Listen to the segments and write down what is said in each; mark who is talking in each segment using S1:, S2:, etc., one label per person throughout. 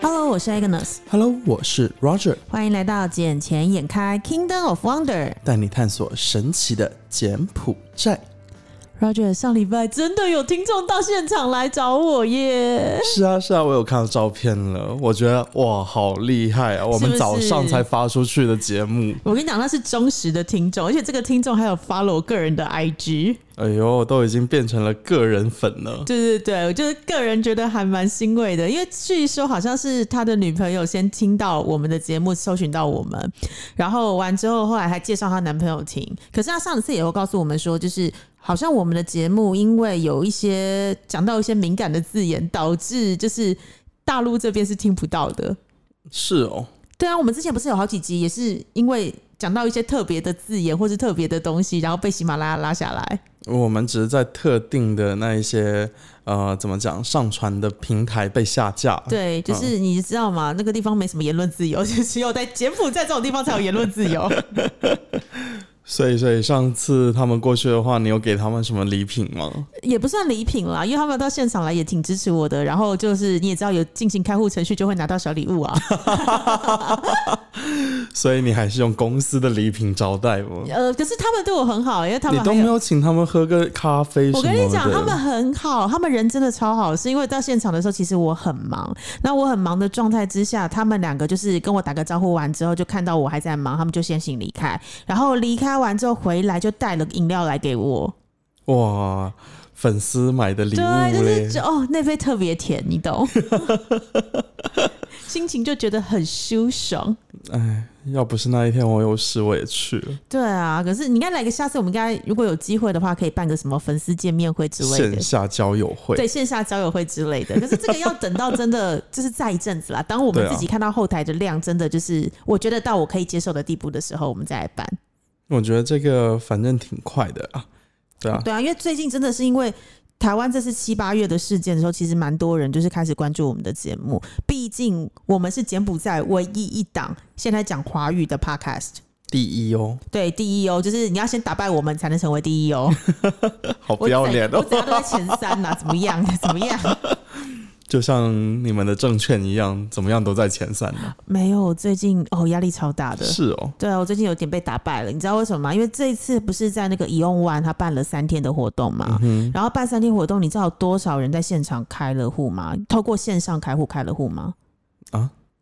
S1: Hello，我是 Agnes，
S2: Hello，我是 Roger，
S1: 欢迎来到《眼前眼开 Kingdom of Wonder》。
S2: 带你探索神奇的柬埔寨。
S1: Roger，上礼拜真的有听众到现场来找我耶！
S2: 是啊，是啊，我有看到照片了，我觉得哇，好厉害啊！我
S1: 是不
S2: 们
S1: 是
S2: 早上才发出去的节目，
S1: 我跟你讲，他是忠实的听众，而且这个听众还有 follow 我个人的 IG。
S2: 哎呦，都已经变成了个人粉 了。
S1: 对对对，我就是个人觉得还蛮欣慰的，因为据说好像是他的女朋友先听到我们的节目，搜寻到我们，然后完之后，后来还介绍她男朋友听。可是她上次也有告诉我们说，就是好像我们的节目因为有一些讲到一些敏感的字眼，导致就是大陆这边是听不到的。
S2: 是哦，
S1: 对啊，我们之前不是有好几集也是因为讲到一些特别的字眼或是特别的东西，然后被喜马拉雅拉下来。
S2: 我们只是在特定的那一些呃，怎么讲，上传的平台被下架。
S1: 对，就是你知道吗？那个地方没什么言论自由， 就只有在柬埔寨这种地方才有言论自 由。
S2: 所以，所以上次他们过去的话，你有给他们什么礼品吗？
S1: 也不算礼品啦，因为他们到现场来也挺支持我的。然后就是你也知道，有进行开户程序就会拿到小礼 物啊。
S2: 所以你还是用公司的礼品招待吗？
S1: 呃，可是他们对我很好，因为他
S2: 你
S1: 们
S2: 都
S1: 还
S2: 没
S1: 有。
S2: 有请他们喝个咖啡什
S1: 我
S2: 么的。
S1: 跟你讲，他们很好，他们人真的超好，是因为到现场的时候，其实我很忙。那我很忙的状态之下，他们两个就是跟我打个招呼完之后，就看到我还在忙，他们就先行离开。然后离开完之后回来，就带了饮料来给我。
S2: 哇，粉丝买的礼
S1: 对，
S2: 物
S1: 就是
S2: 嘞，
S1: 觉哦，那杯特别甜，你懂， 心情就觉得很舒爽。
S2: 哎，要不是那一天我有事，我也去了
S1: 对啊，可是你应该来个，下次我们应该如果有机会的话，可以办个什么粉丝见面会之类
S2: 线
S1: 的。
S2: 下交友会。
S1: 对线下交友会之类的，可是这个要等到真的 就是再一阵子啦。当我们
S2: 对啊
S1: 自己看到后台的量真的就是我觉得到我可以接受的地步的时候，我们再来办。
S2: 我觉得这个反正挺快的啊，对啊，
S1: 对啊，因为最近真的是因为台湾这次七八月的事件的时候，其实蛮多人就是开始关注我们的节目。毕竟我们是柬埔寨唯一一档现在讲华语的 podcast。
S2: 第一哦，
S1: 对，第一哦，就是你要先打败我们才能成为第一哦。
S2: 好
S1: 我
S2: 不要
S1: 怎
S2: 脸
S1: 我
S2: 哦，
S1: 只要都在前三呐、啊怎么样？怎么样？
S2: 就像你们的证券一样，怎么样都在前三呢。
S1: 没有，最近哦压力超大的。
S2: 是哦，
S1: 对啊，我最近有点被打败了，你知道为什么吗？因为这一次不是在那个 e o n One 他办了三天的活动嘛，然后办三天活动，你知道有多少人在现场开了户吗？透过线上开户开了户吗？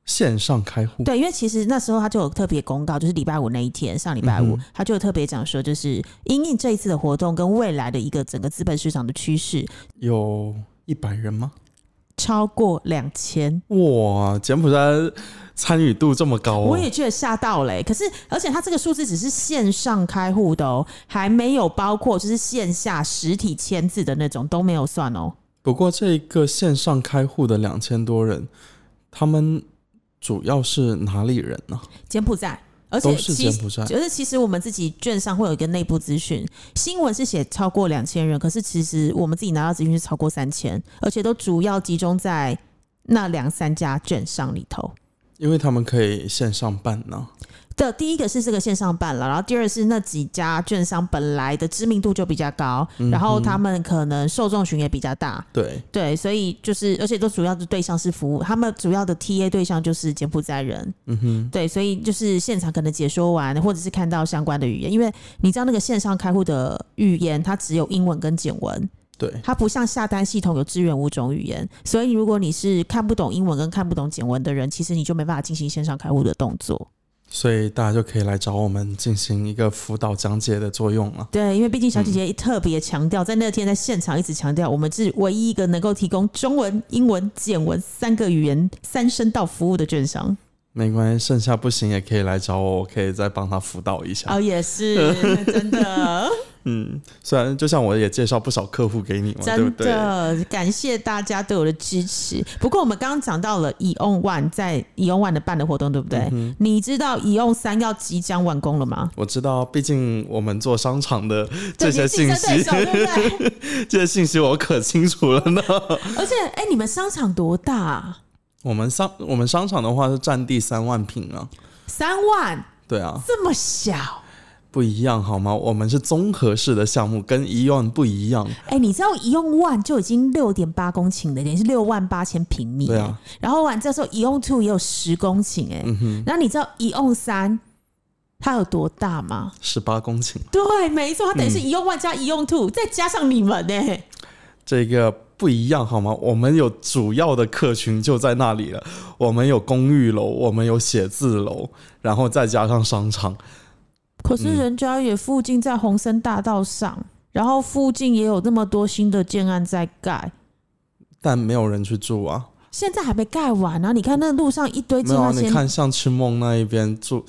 S2: 线上开户，
S1: 对，因为其实那时候他就有特别公告，就是礼拜五那一天，上礼拜五、他就有特别讲说，就是因应这一次的活动跟未来的一个整个资本市场的趋势，
S2: 有一百人吗？
S1: 超过两千。
S2: 哇，柬埔寨参与度这么高
S1: 我
S2: 哦，
S1: 也觉得吓到嘞、可是，而且它这个数字只是线上开户的哦、还没有包括就是线下实体签字的那种都没有算哦、
S2: 不过这个线上开户的两千多人，他们主要是哪里人呢、
S1: 柬埔寨，而且
S2: 都是
S1: 其
S2: 柬
S1: 实
S2: 埔寨。
S1: 就是其实我们自己券商会有一个内部资讯，新闻是写超过两千人，可是其实我们自己拿到资讯是超过三千，而且都主要集中在那两三家券商里头。
S2: 因为他们可以线上办呢、
S1: 的第一个是这个线上办了，然后第二是那几家券商本来的知名度就比较高，
S2: 嗯
S1: 然后他们可能受众群也比较大，
S2: 对，
S1: 对，所以就是而且都主要的对象是服务，他们主要的 TA 对象就是柬埔寨人，
S2: 嗯哼，
S1: 对，所以就是现场可能解说完，或者是看到相关的语言，因为你知道那个线上开户的语言，它只有英文跟简文，
S2: 对，
S1: 它不像下单系统有支援五种语言，所以如果你是看不懂英文跟看不懂简文的人，其实你就没办法进行线上开户的动作。
S2: 所以大家就可以来找我们进行一个辅导讲解的作用了。
S1: 对，因为毕竟小姐姐特别强调，在那天在现场一直强调，我们是唯一一个能够提供中文、英文、简文三个语言三声道服务的券商。
S2: 没关系，剩下不行也可以来找我，我可以再帮他辅导一下。
S1: 哦，也是真的。
S2: 嗯，虽然就像我也介绍不少客户给你嘛，对不
S1: 真
S2: 哦对？
S1: 的感谢大家对我的支持。不过我们刚刚讲到了 e on One 在 e on One 的办的活动，对不对？
S2: 嗯
S1: 你知道 e on 三要即将完工了吗？
S2: 我知道，毕竟我们做商场的这些
S1: 对
S2: 信
S1: 竞争对
S2: 息
S1: 手，，对不对？
S2: 这些信息我可清楚了呢。
S1: 而且，哎、你们商场多大啊？
S2: 我们商我们商场的话是占地三万平啊，
S1: 三万，
S2: 对啊，
S1: 这么小，
S2: 不不一样好吗？我们是综合式的项目，跟一万不一样。
S1: 哎、你知道一用 one 就已经六点八公顷的，等于是六万八千平米。哎
S2: 对啊，
S1: 然后完这时候一用 two 也有十公顷，哎、
S2: 嗯哼，
S1: 然后你知道一用三它有多大吗？
S2: 十八公顷，
S1: 对，没错，它等于是一用 one 加一用 two，、再加上你们呢、哎
S2: 这个不一样好吗？我们有主要的客群就在那里了，我们有公寓楼，我们有写字楼，然后再加上商场，
S1: 可是人家也附近在红森大道上，然后附近也有那么多新的建案在盖，
S2: 但没有人去住啊。
S1: 现在还没盖完啊！你看那路上一堆
S2: 没
S1: 建
S2: 有啊，
S1: 案
S2: 你
S1: 先，哎、
S2: 看像吃梦那一边住，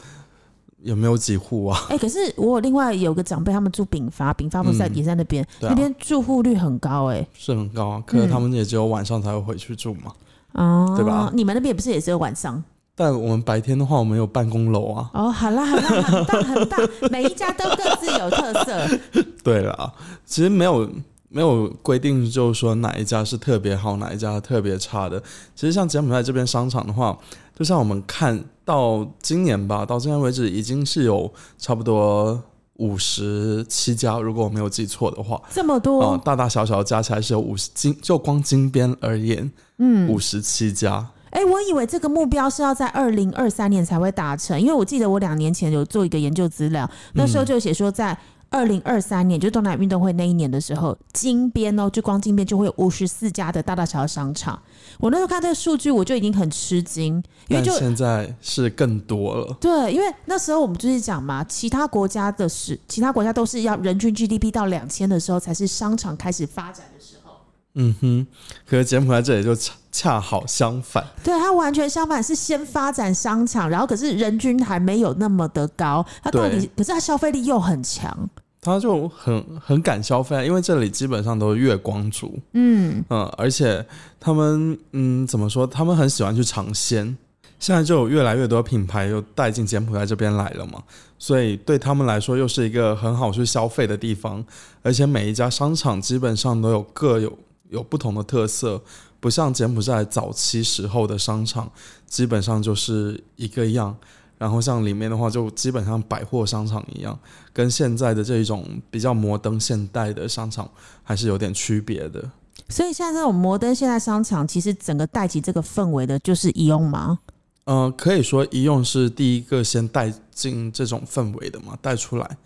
S2: 也没有几户啊。
S1: 哎可是我有另外有个长辈，他们住丙发，丙发不是在
S2: 嗯
S1: 也在那边，
S2: 对啊
S1: 那边住户率很高哎、
S2: 是很高啊，可是他们也只有晚上才会回去住嘛。
S1: 哦，
S2: 对吧
S1: 你们那边也不是也只有晚 上？
S2: 但我们白天的话，我们有办公楼啊。
S1: 哦，好啦好啦，很棒很棒，每一家都各自有特色。
S2: 对了，啊其实没有没有规定，就是说哪一家是特别好，哪一家特别差的。其实像柬埔寨这边商场的话，就像我们看到今年吧，到现在为止已经是有差不多五十七家，如果我没有记错的话。
S1: 这么
S2: 哦、
S1: 多，
S2: 大大小小加起来是有五十金，就光金边而言，
S1: 嗯，
S2: 五十七家。
S1: 哎、我以为这个目标是要在二零二三年才会达成，因为我记得我两年前有做一个研究资料，那时候就写说在。二零二三年，就东南亚运动会那一年的时候，金边哦，就光金边就会有五十四家的大大小小商场。我那时候看这个数据，我就已经很吃惊，因为
S2: 但
S1: 就
S2: 现在是更多了。
S1: 对，因为那时候我们就是讲嘛，其他国家的是，其他国家都是要人均 GDP 到两千的时候，才是商场开始发展的时候。
S2: 嗯哼，可是柬埔寨这里就恰恰好相反，
S1: 对，它完全相反，是先发展商场，然后可是人均还没有那么的高，它到底
S2: 对
S1: 可是它消费力又很强，
S2: 他就很很敢消费啊，因为这里基本上都是月光族，
S1: 嗯，
S2: 嗯，而且他们嗯怎么说，他们很喜欢去尝鲜。现在就有越来越多品牌又带进柬埔寨这边来了嘛，所以对他们来说又是一个很好去消费的地方，而且每一家商场基本上都有各有有不同的特色，不像柬埔寨早期时候的商场基本上就是一个样，然后像里面的话就基本上百货商场一样，跟现在的这一种比较摩登现代的商场还是有点区别的。
S1: 所以像这种摩登现代商场，其实整个带起这个氛围的就是伊翁嘛，
S2: 呃，可以说医用是第一个先带进这种氛围的嘛，带出来，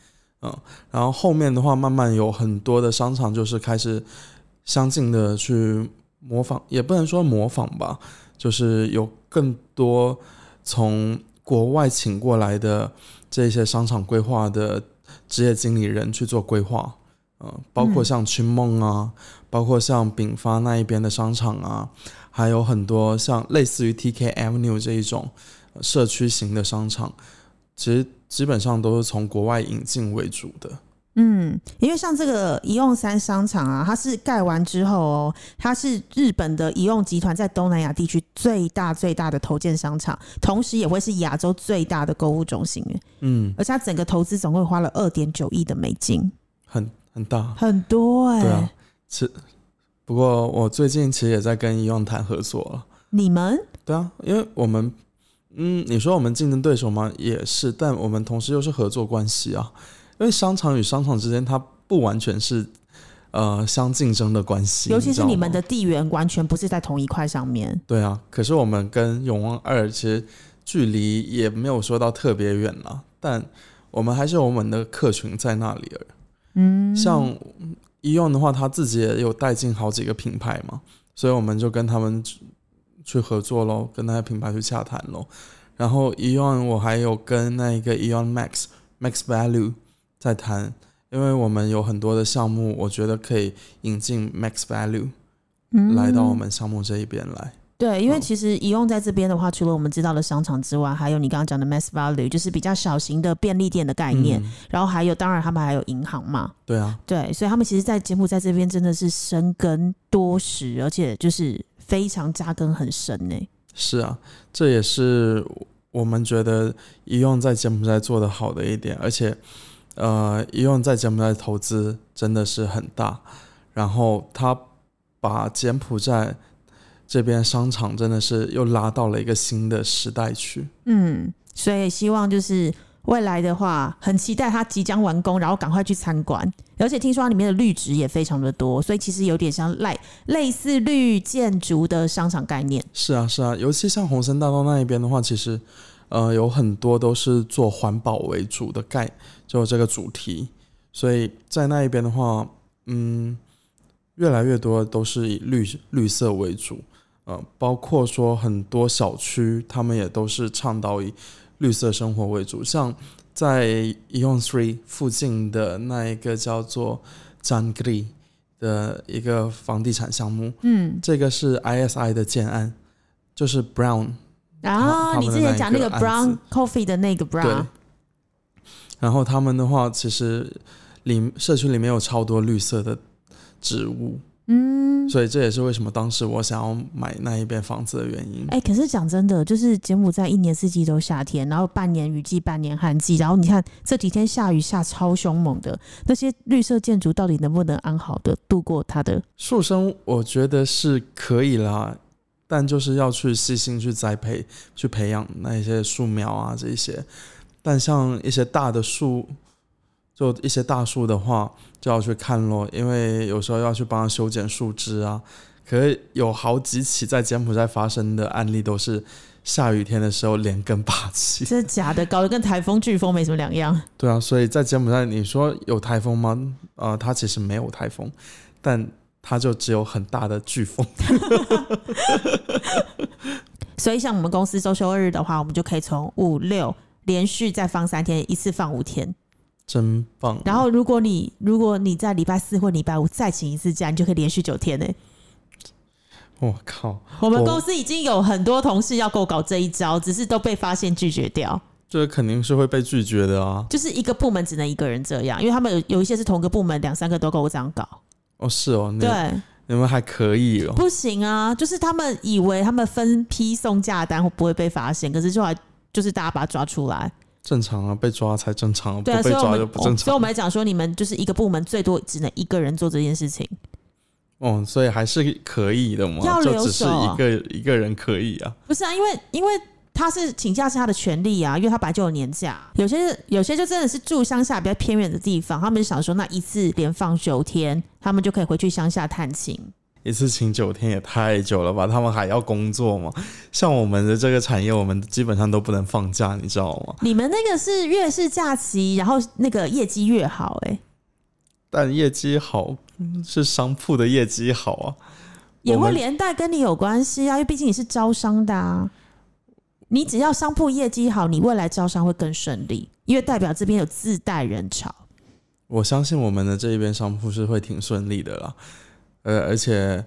S2: 嗯、然后后面的话，慢慢有很多的商场就是开始相近的去模仿，也不能说模仿吧，就是有更多从国外请过来的这些商场规划的职业经理人去做规划，嗯、包括
S1: 嗯
S2: 像群梦啊，包括像丙发那一边的商场啊，还有很多像类似于 TK Avenue 这一种呃社区型的商场，其实基本上都是从国外引进为主的。
S1: 嗯，因为像这个伊用山商场啊，它是盖完之后哦，它是日本的伊用集团在东南亚地区最大最大的投建商场，同时也会是亚洲最大的购物中心，
S2: 嗯，
S1: 而且它整个投资总共花了二点九亿的美金，
S2: 很很大，
S1: 很多哎、
S2: 对啊。其不过我最近其实也在跟医用谈合作了。
S1: 你们
S2: 对啊，因为我们，嗯，你说我们竞争对手吗？也是，但我们同时又是合作关系啊。因为商场与商场之间，它不完全是呃相竞争的关系，
S1: 尤其
S2: 知
S1: 是
S2: 道
S1: 你们
S2: 吗
S1: 的地缘完全不是在同一块上面。
S2: 对啊。可是我们跟永旺二其实距离也没有说到特别远了，但我们还是有我们的客群在那里而已
S1: 嗯，
S2: 像医用的话，他自己也有带进好几个品牌嘛，所以我们就跟他们去去合作喽，跟那些品牌去洽谈喽。然后医用我还有跟那个医用 Max Max Value 在谈，因为我们有很多的项目，我觉得可以引进 Max Value
S1: 嗯
S2: 来到我们项目这一边来。
S1: 对，因为
S2: 嗯
S1: 其实移用在这边的话，除了我们知道的商场之外，还有你刚刚讲的 mass value，就是比较小型的便利店的概念。
S2: 嗯
S1: 然后还有，当然他们还有银行嘛，
S2: 对啊，
S1: 对，所以他们其实，在柬埔寨这边真的是深耕多时，而且就是非常扎根很深呢、
S2: 是啊，这也是我们觉得医用在柬埔寨做得好的一点，而且，呃，医用在柬埔寨投资真的是很大，然后他把柬埔寨这边商场真的是又拉到了一个新的时代去。
S1: 嗯，所以希望就是未来的话，很期待它即将完工，然后赶快去参观。而且听说它里面的绿植也非常的多，所以其实有点像类类似绿建筑的商场概念。
S2: 是啊，是啊，尤其像红山大道那一边的话，其实呃有很多都是做环保为主的概，就这个主题，所以在那一边的话，嗯，越来越多都是以绿绿色为主，呃，包括说很多小区他们也都是倡导以绿色生活为主，像在 Eon Three 附近的那一个叫做 j a n g r i 的一个房地产项目，
S1: 嗯
S2: 这个是 ISI 的建案，就是 Brown
S1: 啊，
S2: 他
S1: 你
S2: 们的
S1: 之前讲那个
S2: 那一个案
S1: brown
S2: 子
S1: coffee 的那个 brown，
S2: 对。然后他们的话，其实里社区里面有超多绿色的植物，
S1: 嗯，
S2: 所以这也是为什么当时我想要买那一边房子的原因。
S1: 哎、可是讲真的，就是柬埔寨一年四季都夏天，然后半年雨季，半年旱季，然后你看这几天下雨下超凶猛的，那些绿色建筑到底能不能安好的度过它的？
S2: 树生我觉得是可以啦，但就是要去细心去栽培、去培养那一些树苗啊这一些。但像一些大的树，就一些大树的话，就要去看咯，因为有时候要去帮它修剪树枝啊。可是有好几起在柬埔寨发生的案例都是下雨天的时候连根拔起。
S1: 这是假的，搞得跟台风、飓风没什么两样。
S2: 对啊，所以在柬埔寨，你说有台风吗？呃，它其实没有台风，但它就只有很大的飓风。
S1: 所以像我们公司周休二日的话，我们就可以从五六连续再放三天，一次放五天。
S2: 真棒！
S1: 然后如果你如果你在礼拜四或礼拜五再请一次假，你就可以连续九天呢、
S2: 我靠，
S1: 我们
S2: 我
S1: 公司已经有很多同事要够搞这一招，只是都被发现拒绝掉。
S2: 这肯定是会被拒绝的啊！
S1: 就是一个部门只能一个人这样，因为他们有有一些是同个部门两三个都跟我这样搞，
S2: 哦，是哦，你
S1: 对，
S2: 你们还可以哦。
S1: 不行啊，就是他们以为他们分批送假单会不会被发现，可是后来就是大家把他抓出来，
S2: 正常啊，被抓才正常啊，
S1: 对啊，
S2: 不
S1: 所以
S2: 被
S1: 我
S2: 抓
S1: 们、
S2: 就不正
S1: 所以
S2: 常
S1: 我。们来讲说，你们就是一个部门最多只能一个人做这件事情，
S2: 哦，所以还是可以的
S1: 要
S2: 嘛，就
S1: 留
S2: 只是
S1: 手啊
S2: 一个一个人可以啊。
S1: 不是啊，因为因为。他是请假是他的权利啊，因为他本来就有年假。有些有些就真的是住乡下比较偏远的地方，他们就想说那一次连放九天，他们就可以回去乡下探亲。
S2: 一次请九天也太久了吧？他们还要工作嘛？像我们的这个产业，我们基本上都不能放假，你知道吗？
S1: 你们那个是越是假期，然后那个业绩越好、欸，哎，
S2: 但业绩好嗯是商铺的业绩好啊。
S1: 也
S2: 我
S1: 会
S2: 们
S1: 连带跟你有关系啊，因为毕竟你是招商的啊。你只要商铺业绩好，你未来招商会更顺利，因为代表这边有自带人潮。
S2: 我相信我们的这一边商铺是会挺顺利的啦，呃，而且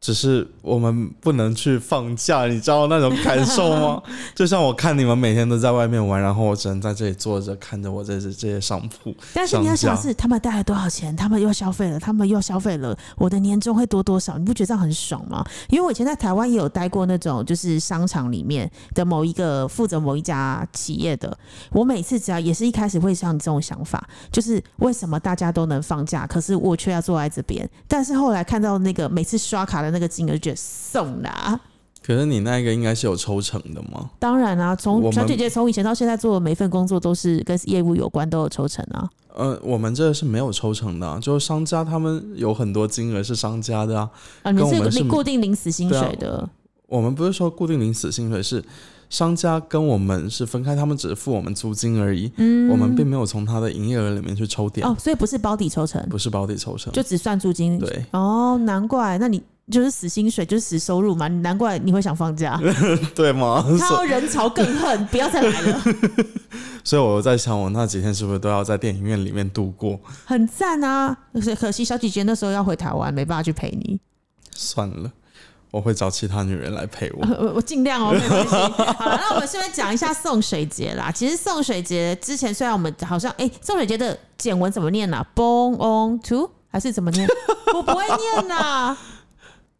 S2: 只是我们不能去放假，你知道那种感受吗？就像我看你们每天都在外面玩，然后我只能在这里坐着看着我这这这些商铺，
S1: 但是你要想
S2: 商家
S1: 是，他们带了多少钱，他们又消费了，他们又消费了，我的年终会多多少？你不觉得这样很爽吗？因为我以前在台湾也有待过那种，就是商场里面的某一个负责某一家企业的，我每次只要也是一开始会像你这种想法，就是为什么大家都能放假，可是我却要坐在这边？但是后来看到那个每次刷卡的那个金额，就觉得送啦。
S2: 可是你那个应该是有抽成的嘛？
S1: 当然啊，从
S2: 我
S1: 小
S2: 们
S1: 姐姐从以前到现在做的每一份工作都是跟业务有关，都有抽成啊。
S2: 呃，我们这是没有抽成的啊、就是商家他们有很多金额是商家的啊，
S1: 啊，你
S2: 跟我们
S1: 是
S2: 是
S1: 你固定领死薪
S2: 对啊
S1: 水的。
S2: 我们不是说固定领死薪水，是商家跟我们是分开，他们只是付我们租金而已，
S1: 嗯
S2: 我们并没有从他的营业额里面去抽点。
S1: 哦，所以不是包底抽成，
S2: 不是保底抽成，
S1: 就只算租金。
S2: 对
S1: 哦，难怪，那你就是死薪水，就是死收入嘛，难怪你会想放 假。
S2: 对吗？
S1: 看
S2: 所
S1: 到人潮更 恨，不要再来了，
S2: 所以我在想，我那几天是不是都要在电影院里面度过？
S1: 很赞啊！可是可惜小姐姐那时候要回台湾，没办法去陪你。
S2: 算了，我会找其他女人来陪 我。
S1: 呃我我尽量哦，没 关系。好了，那我们顺便讲一下送水节啦。其实送水节之前，虽然我们好像哎、送水节的简文怎么念啊 b o n on to 还是怎么念？我不会念啦。啊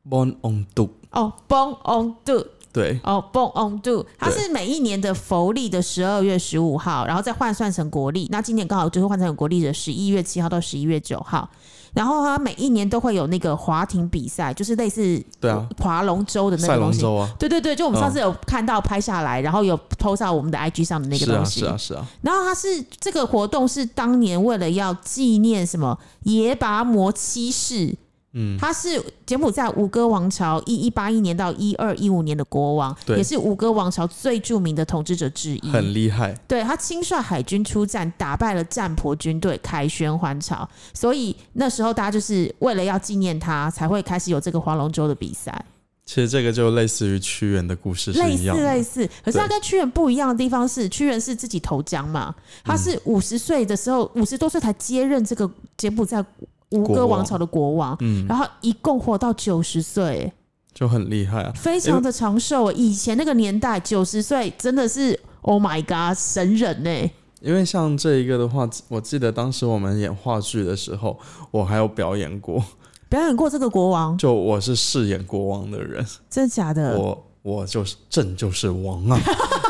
S2: Born on d u
S1: 哦 b o n on to
S2: 对，
S1: 哦、b o n on do，它
S2: 对
S1: 是每一年的佛历的十二月十五号，然后再换算成国历。那今年刚好就是换成国历的十一月七号到十一月九号。然后它每一年都会有那个划艇比赛，就是类似
S2: 对啊
S1: 划龙舟的那
S2: 赛
S1: 个
S2: 龙
S1: 东西。
S2: 舟啊，
S1: 对对对，就我们上次有看到拍下来，然后有 PO 上我们的 IG 上的那个
S2: 是
S1: 东
S2: 啊，
S1: 西。
S2: 是啊，是啊，
S1: 然后它是这个活动是当年为了要纪念什么耶跋摩七世，
S2: 嗯，
S1: 他是柬埔寨吴哥王朝一一八一年到一二一五年的国王，
S2: 对
S1: 也是吴哥王朝最著名的统治者之一。
S2: 很厉害，
S1: 对他亲率海军出战，打败了战婆军队，凯旋还朝。所以那时候大家就是为了要纪念他，才会开始有这个划龙舟的比赛。
S2: 其实这个就类似于屈原的故事是
S1: 类
S2: 一
S1: 似
S2: 样的，
S1: 类似，可是它跟屈原不一样的地方是，屈原是自己投江嘛，
S2: 嗯
S1: 他是五十岁的时候，五十多岁才接任这个柬埔寨吴
S2: 国
S1: 哥
S2: 王
S1: 王朝的国王，
S2: 嗯，
S1: 然后一共活到九十岁，
S2: 就很厉害啊。
S1: 非常的长寿。哦以前那个年代，九十岁真的是 Oh my God，神人呢、
S2: 因为像这一个的话，我记得当时我们演话剧的时候，我还有表演过，
S1: 表演过这个国王，
S2: 就我是饰演国王的人，
S1: 真的假的？
S2: 我我就是朕就是王啊，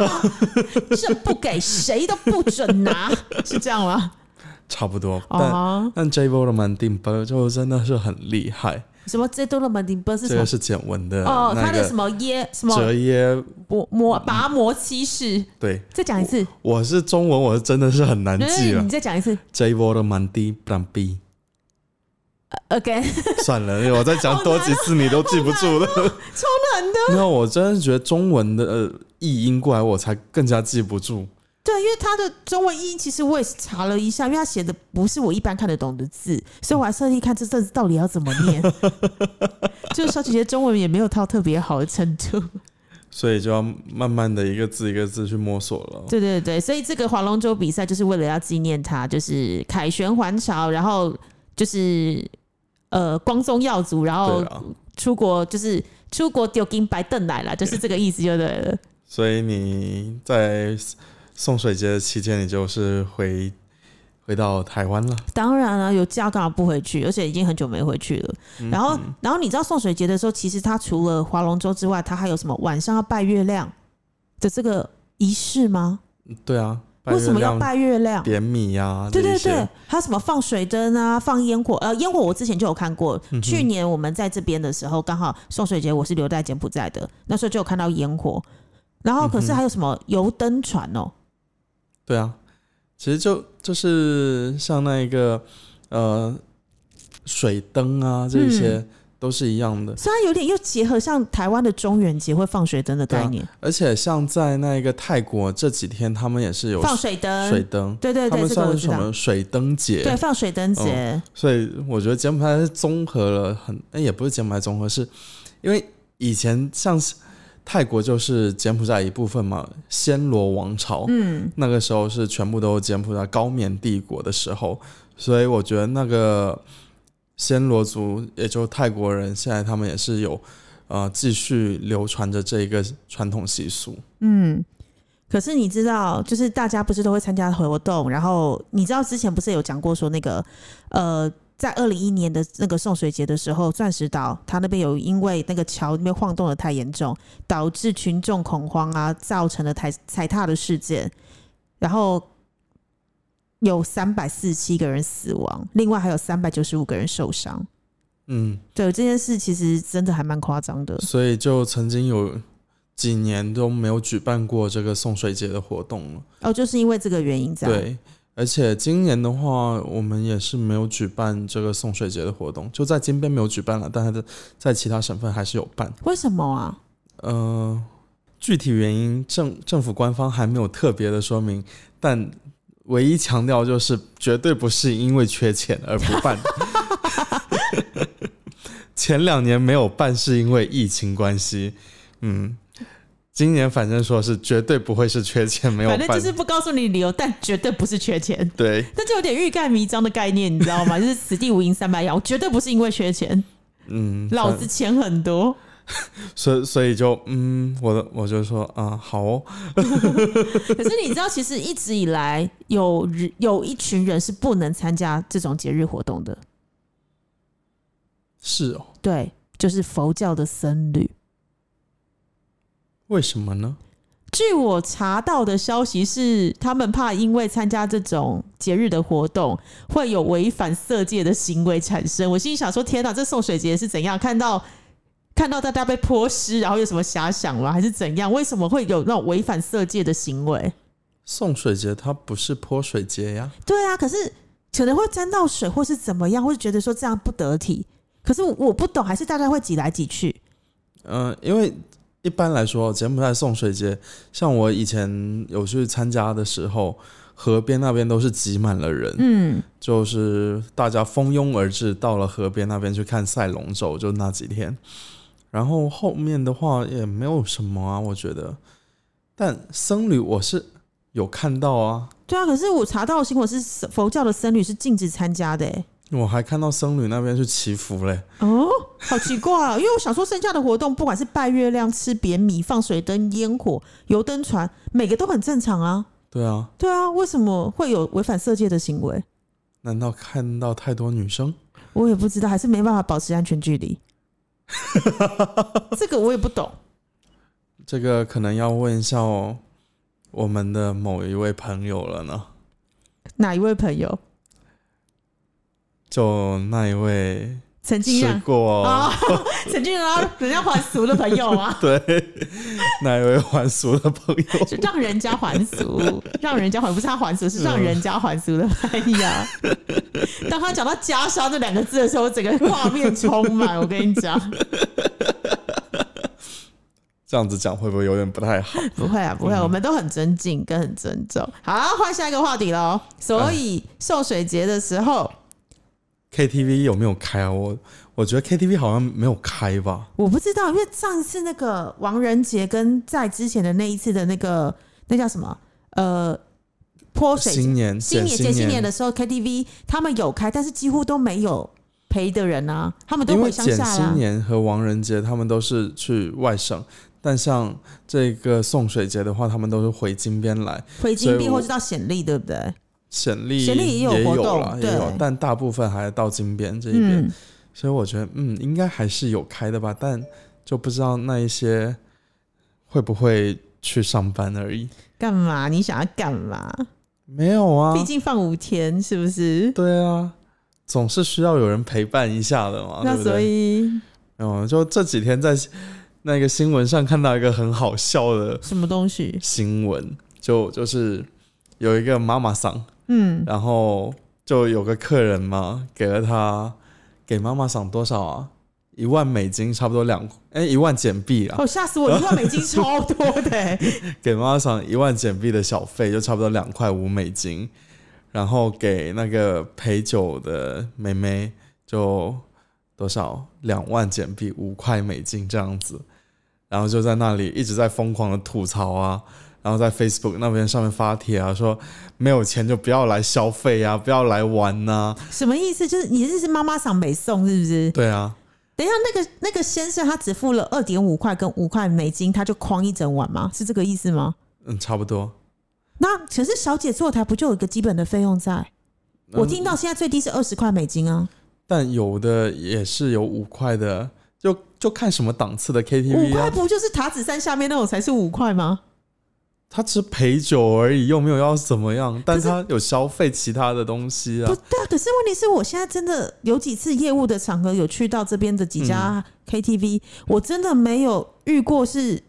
S1: 这不给谁都不准拿，是这样吗？
S2: 差不多。但、
S1: 啊，
S2: 但 J v o l m a n d i m b e 就真的是很厉害，
S1: 什么这都了门顶波是
S2: 这
S1: 什么
S2: 个？是简文的
S1: 哦，
S2: 那
S1: 他的什
S2: 个
S1: 么耶什么
S2: 折耶，
S1: 魔魔拔魔七世，
S2: 对，
S1: 再讲一次，
S2: 我是中文，我真的是很啊难记
S1: 对
S2: 了
S1: 你。再讲一次
S2: J v o l m a n d i b r a m b
S1: ，again，
S2: 算了，我再讲多几次你都记不住了，
S1: 超难的。
S2: 没有，我真的觉得中文的、呃、译音过来，我才更加记不住。
S1: 对，因为他的中文译音其实我也是查了一下，因为他写的不是我一般看得懂的字，所以我还特意看这这字到底要怎么 念。就是小姐姐中文也没有到特别好的程度。
S2: 哦所以就要慢慢的一个字一个字去摸索了。
S1: 对对对，所以这个划龙舟比赛就是为了要纪念他，就是凯旋还朝，然后就是呃光宗耀祖，然后
S2: 对啊，
S1: 出国就是出国丢金白凳来了，就是这个意思就对了。
S2: 所以你在送水节的期间，你就是回回到台湾了。
S1: 当然了、有假干嘛不回去？而且已经很久没回去了。
S2: 嗯
S1: 然后，然后你知道送水节的时候，其实它除了划龙舟之外，它还有什么晚上要拜月亮的这个仪式吗？
S2: 对啊，
S1: 为什么要
S2: 拜
S1: 拜月
S2: 月亮
S1: 亮？
S2: 点米呀、
S1: 对
S2: 这
S1: 对
S2: 一些
S1: 对，还有什么放水灯啊，放烟火？呃，烟火我之前就有看过，
S2: 嗯
S1: 去年我们在这边的时候，刚好送水节我是留在柬埔寨的，那时候就有看到烟火。然后可是还有什么游灯船哦，
S2: 嗯对啊，其实就就是像那一个呃水灯啊，这一些、
S1: 嗯
S2: 都是一样的。
S1: 虽然有点又结合像台湾的中元节会放水灯的
S2: 对啊
S1: 概念，
S2: 而且像在那一个泰国这几天，他们也是啊有
S1: 放水灯，
S2: 水灯，
S1: 对对
S2: 他
S1: 对，
S2: 们
S1: 这个
S2: 算
S1: 我
S2: 是
S1: 知
S2: 什
S1: 道。
S2: 么水灯节？啊
S1: 对，放水灯节，
S2: 所以我觉得柬埔寨是综合了很，哎、也不是柬埔寨综合，是因为以前像是泰国就是柬埔寨一部分嘛，暹罗王朝，
S1: 嗯，
S2: 那个时候是全部都是柬埔寨高棉帝国的时候，所以我觉得那个暹罗族，也就泰国人，现在他们也是有呃继续流传着这一个传统习俗，
S1: 嗯。可是你知道，就是大家不是都会参加活动，然后你知道之前不是有讲过说那个，呃，在二零一年的那个送水节的时候，钻石岛它那边有因为那个桥那边晃动的太严重，导致群众恐慌啊，造成了踩踩踏的事件，然后有三百四十七个人死亡，另外还有三百九十五个人受伤。
S2: 嗯，
S1: 对这件事，其实真的还蛮夸张的。
S2: 所以就曾经有几年都没有举办过这个送水节的活动了。
S1: 哦，就是因为这个原因在。
S2: 对，而且今年的话，我们也是没有举办这个送水节的活动，就在金边没有举办了，但是在其他省份还是有办。
S1: 为什么啊？
S2: 呃，具体原因政政府官方还没有特别的说明，但唯一强调就是绝对不是因为缺钱而不办。 前两年没有办是因为疫情关系，嗯，今年反正说是绝对不会是缺钱没有
S1: 反
S2: 办，
S1: 正就是不告诉你理由，但绝对不是缺钱，
S2: 对，
S1: 那就有点欲盖弥彰的概念，你知道吗？ 就是此地无银三百两，我绝对不是因为缺钱，
S2: 嗯，
S1: 老
S2: 反
S1: 子钱很多。
S2: 所以所以就嗯，我的我就说啊，好哦，
S1: 可是你知道，其实一直以来有人有一群人是不能参加这种节日活动的，
S2: 是哦，
S1: 对，就是佛教的僧侣。
S2: 为什么呢？
S1: 据我查到的消息是，他们怕因为参加这种节日的活动，会有违反色戒的行为产生。我心里想说：天哪，这送水节是怎样？看到看到大家被泼湿，然后有什么遐想吗？还是怎样？为什么会有那种违反色戒的行为？
S2: 送水节它不是泼水节呀，
S1: 对啊，可是可能会沾到水，或是怎么样，或是觉得说这样不得体。可是我不懂，还是大家会挤来挤去。
S2: 嗯、因为一般来说，柬埔寨送水节，像我以前有去参加的时候，河边那边都是挤满了人，
S1: 嗯，
S2: 就是大家蜂拥而至到了河边那边去看赛龙舟，就那几天。然后后面的话也没有什么啊，我觉得。但僧侣我是有看到啊，
S1: 对啊。可是我查到的新闻是佛教的僧侣是禁止参加的、欸。
S2: 我还看到僧侣那边去祈福嘞。
S1: 哦，好奇怪啊！因为我想说，剩下的活动，不管是拜月亮、吃扁米、放水灯、烟火、游灯船，每个都很正常啊。
S2: 对啊，
S1: 对啊，为什么会有违反色戒的行为？
S2: 难道看到太多女生？
S1: 我也不知道，还是没办法保持安全距离。这个我也不懂。
S2: 这个可能要问一下哦，我们的某一位朋友了呢。
S1: 哪一位朋友
S2: 就那一位
S1: 曾经
S2: 吃
S1: 让
S2: 过、，
S1: 啊、 曾经让人家还俗的朋友啊
S2: 对，那一位还俗的朋友，
S1: 是让人家还俗，让人家还不是他还俗，是让人家还俗的朋友。当他讲到袈裟这两个字的时候，我整个画面充满。我跟你讲，
S2: 这样子讲会不会有点不太好？
S1: 不会啊，不会啊，我们都很尊敬跟很尊重。好，换下一个话题喽。所以送水节的时候，
S2: KTV 有没有开啊？我我觉得 KTV 好像没有开吧。
S1: 我不知道，因为上一次那个王仁杰跟在之前的那一次的那个那叫什么呃泼水节
S2: 新年
S1: 新年
S2: 减
S1: 节新年
S2: 年
S1: 的时候 KTV 他们有开，但是几乎都没有陪的人啊，他们都
S2: 因为
S1: 回乡
S2: 简
S1: 下
S2: 新
S1: 啦。
S2: 年和王仁节他们都是去外省，但像这个送水节的话，他们都是回金边来。
S1: 回金
S2: 所以
S1: 币
S2: 我
S1: 或是到显利，对不对？
S2: 显利
S1: 显利也有
S2: 也
S1: 活
S2: 有
S1: 动
S2: 啦，
S1: 对
S2: 也有，但大部分还到金边这一边。
S1: 嗯，
S2: 所以我觉得，嗯，应该还是有开的吧，但就不知道那一些会不会去上班而已。
S1: 干嘛？你想要干嘛？
S2: 没有啊
S1: 毕，竟放五天，是不是？
S2: 对啊，总是需要有人陪伴一下的嘛，
S1: 那
S2: 啊对不
S1: 所
S2: 对？
S1: 以
S2: 嗯，就这几天在那个新闻上看到一个很好笑的
S1: 什么东西？
S2: 新闻，就就是有一个妈妈桑，
S1: 嗯，
S2: 然后就有个客人嘛，给了他给妈妈桑多少啊？一万美金，差不多两哎一万简币啊，
S1: 哦，吓 死我！一万美金超多的欸、
S2: 给妈妈桑一万简币的小费，就差不多两块五美金，然后给那个陪酒的妹妹就多少两万简币，五块美金这样子，然后就在那里一直在疯狂的吐槽啊，然后在 Facebook 那边上面发帖啊，说没有钱就不要来消费啊，不要来玩呐、
S1: 什么意思？就是你这是妈妈赏美送是不是？
S2: 对啊，
S1: 等一下，那个那个先生他只付了二点五块跟五块美金，他就框一整晚吗？是这个意思吗？
S2: 嗯，差不多。
S1: 那可是小姐坐台不就有一个基本的费用在？我听到现在最低是二十块美金啊，
S2: 但有的也是有五块的，就就看什么档次的
S1: 五
S2: KTV
S1: 块，
S2: 啊
S1: 不就是塔子山下面那种才是五块吗？
S2: 他只是陪酒而已，又没有要怎么样，但
S1: 可是
S2: 他有消费其他的东西啊
S1: 不。对啊，可是问题是我现在真的有几次业务的场合有去到这边的几
S2: 嗯
S1: 家 KTV，、我真的没有遇过是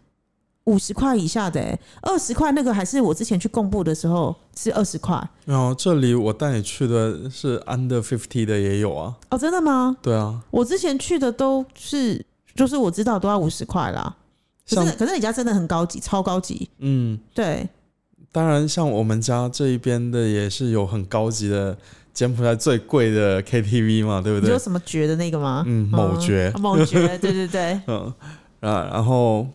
S1: 五十块以下的、欸，二十块那个还是我之前去贡布的时候是二十块
S2: 然后这里我带你去的是 under fifty 的也有啊，
S1: 哦，真的吗？
S2: 对啊，
S1: 我之前去的都是，就是我知道都要五十块啦。可
S2: 像
S1: 是可是你家真的很高级，超高级。
S2: 嗯，
S1: 对，
S2: 当然像我们家这一边的也是有很高级的柬埔寨最贵的 KTV 嘛，对不
S1: 你
S2: 对
S1: 有？什么觉的那个吗？
S2: 嗯某觉，
S1: 嗯某觉，对对对
S2: 嗯，啊，然后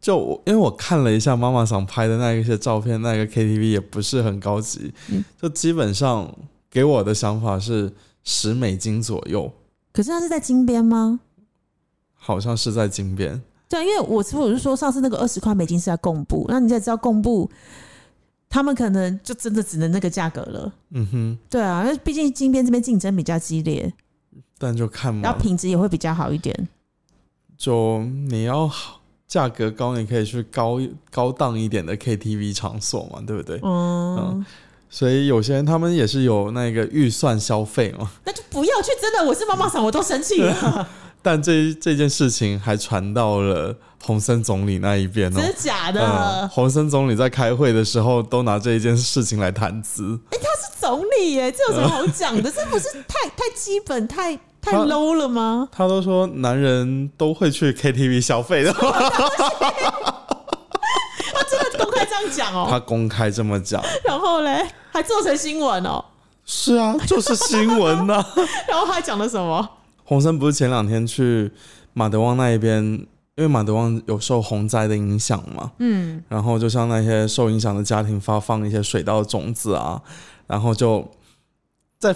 S2: 就我因为我看了一下妈妈想拍的那一些照片，那个 KTV 也不是很高级，
S1: 嗯
S2: 就基本上给我的想法是十美金左右，
S1: 可是那是在金边吗？
S2: 好像是在金边。
S1: 对，啊因为我师傅就说上次那个二十块美金是在贡布，那你也知道贡布，他们可能就真的只能那个价格了。
S2: 嗯哼，
S1: 对啊，因为毕竟金边这边竞争比较激烈，
S2: 但就看
S1: 然
S2: 嘛
S1: 后，品质也会比较好一点。
S2: 就你要好价格高，你可以去高高档一点的 KTV 场所嘛，对不对？
S1: 嗯，
S2: 所以有些人他们也是有那个预算消费嘛，
S1: 那就不要去，真的，我是妈妈桑，我都生气了，
S2: 但这这件事情还传到了洪森总理那一边哦
S1: 真。的假的？
S2: 嗯，洪森总理在开会的时候都拿这一件事情来谈资，
S1: 哎、他是总理耶，这有什么好讲 的？这不是太太基本、太太
S2: 啊
S1: low 了吗？
S2: 他都说男人都会去 KTV 消费 的，
S1: 他真的公开这样讲哦、
S2: 他公开这么讲，
S1: 然后嘞，还做成新闻哦、
S2: 是啊，就是新闻呐、
S1: 然后他还讲了什么？
S2: 洪森不是前两天去马德旺那一边，因为马德旺有受洪灾的影响嘛，
S1: 嗯，
S2: 然后就向那些受影响的家庭发放一些水稻种子啊，然后就在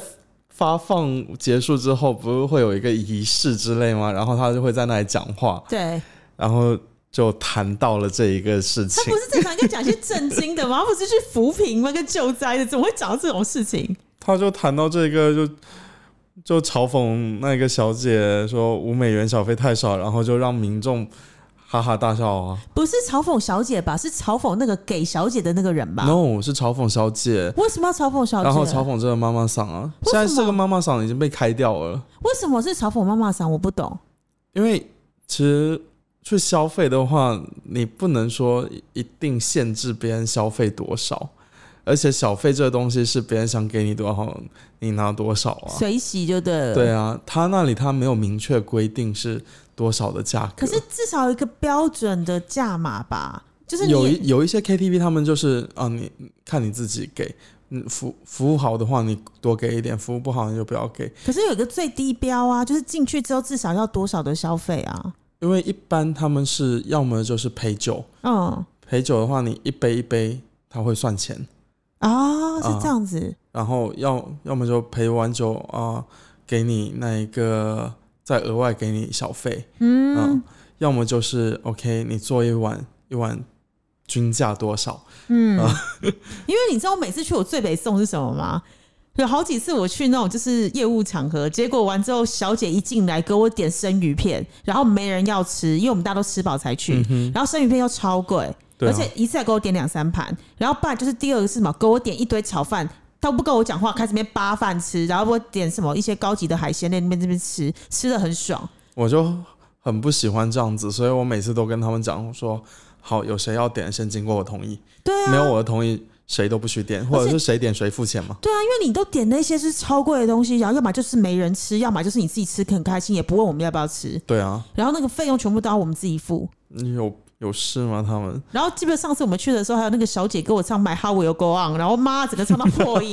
S2: 发放结束之后，不是会有一个仪式之类吗？然后他就会在那里讲话，
S1: 对
S2: 然后就谈到了这一个事
S1: 他
S2: 情
S1: 不。是正常应该讲一些震惊的吗？他不是去扶贫吗？跟救灾的，怎么会讲到这种事情？
S2: 他就谈到这个就。就嘲讽那个小姐说五美元小费太少，然后就让民众哈哈大笑啊。
S1: 不是嘲讽小姐吧？是嘲讽那个给小姐的那个人吧
S2: No，是嘲讽小姐，
S1: 为什么要嘲讽小姐？
S2: 然后嘲讽这个妈妈桑啊。
S1: 为
S2: 现
S1: 什么
S2: 在这个妈妈桑已经被开掉了，
S1: 为什么是嘲讽妈妈桑？我不懂。
S2: 因为其实去消费的话，你不能说一定限制别人消费多少，而且小费这个东西是别人想给你多少，你拿多少啊。
S1: 水洗就对了。
S2: 对啊，他那里他没有明确规定是多少的价格，
S1: 可是至少有一个标准的价码吧，就是你
S2: 有一有一些 KTV 他们就是啊，你看你自己给，嗯，服服务好的话你多给一点，服务不好你就不要给。
S1: 可是有一个最低标啊，就是进去之后至少要多少的消费啊？
S2: 因为一般他们是要么就是陪酒，
S1: 嗯
S2: 陪酒的话你一杯一杯他会算钱，
S1: 啊，是这样子，
S2: 然后要要么就陪完酒啊、给你那一个再额外给你小费，啊
S1: 嗯
S2: 要么就是 OK 你做一碗一碗均价多少，
S1: 嗯，因为你知道我每次去我最北送是什么吗？有好几次我去那种就是业务场合，结果完之后，小姐一进来给我点生鱼片，然后没人要吃，因为我们大家都吃饱才去，然后生鱼片又超贵，
S2: 嗯对、
S1: 而
S2: 啊，
S1: 且一次还给我点两三盘，然后不然就是第二个是什么，给我点一堆炒饭，他不跟我讲话，开始边扒饭吃，然后给我点什么一些高级的海鲜在那边这边吃，吃的很爽。
S2: 我就很不喜欢这样子，所以我每次都跟他们讲我说，好，有谁要点先经过我同意，
S1: 对啊，
S2: 没有我的同意谁都不许点，或者是谁点谁付钱嘛。
S1: 对啊，因为你都点那些是超贵的东西，然后要么就是没人吃，要么就是你自己吃很开心，也不问我们要不要吃，
S2: 对啊，
S1: 然后那个费用全部都要我们自己付。
S2: 你有有事吗？他们
S1: 然后记不得上次我们去的时候，还有那个小姐给我唱《My How Will You Go On》，然后妈整个唱到破音，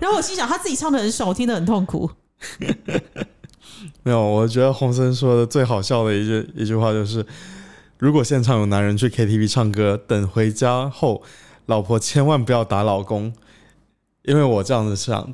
S1: 然后我心想她自己唱的很爽，我听得很痛苦。
S2: 没有，我觉得洪森说的最好笑的一句一句话就是：如果现场有男人去 KTV 唱歌，等回家后，老婆千万不要打老公，因为我这样子是想，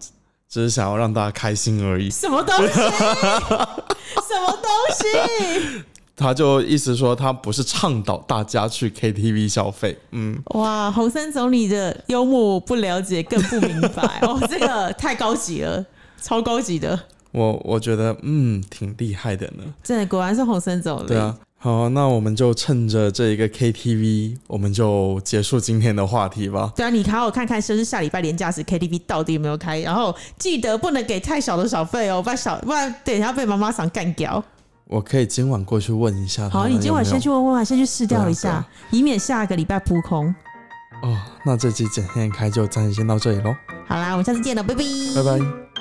S2: 只是想要让大家开心而已。
S1: 什么东西？什么东西？
S2: 他就意思说，他不是倡导大家去 KTV 消费，嗯，
S1: 哇，洪森总理的幽默我不了解，更不明白哦，这个太高级了，超高级的，
S2: 我我觉得嗯挺厉害的呢。
S1: 真的果然是洪森总理。
S2: 对啊，好，那我们就趁着这一个 KTV，我们就结束今天的话题吧。
S1: 对啊，你好好看看，就是下礼拜连假时 KTV 到底有没有开，然后记得不能给太小的小费哦，不然小不然等一下被妈妈赏干掉。
S2: 我可以今晚过去问一下他
S1: 好，
S2: 们有没有。
S1: 你今晚先去问问啊，先去试掉一
S2: 对
S1: 下
S2: 啊，
S1: 以免下个礼拜扑空。
S2: 哦，那这期简线开就暂时先到这里喽，
S1: 好啦，我们下次见了，拜拜，
S2: 拜拜。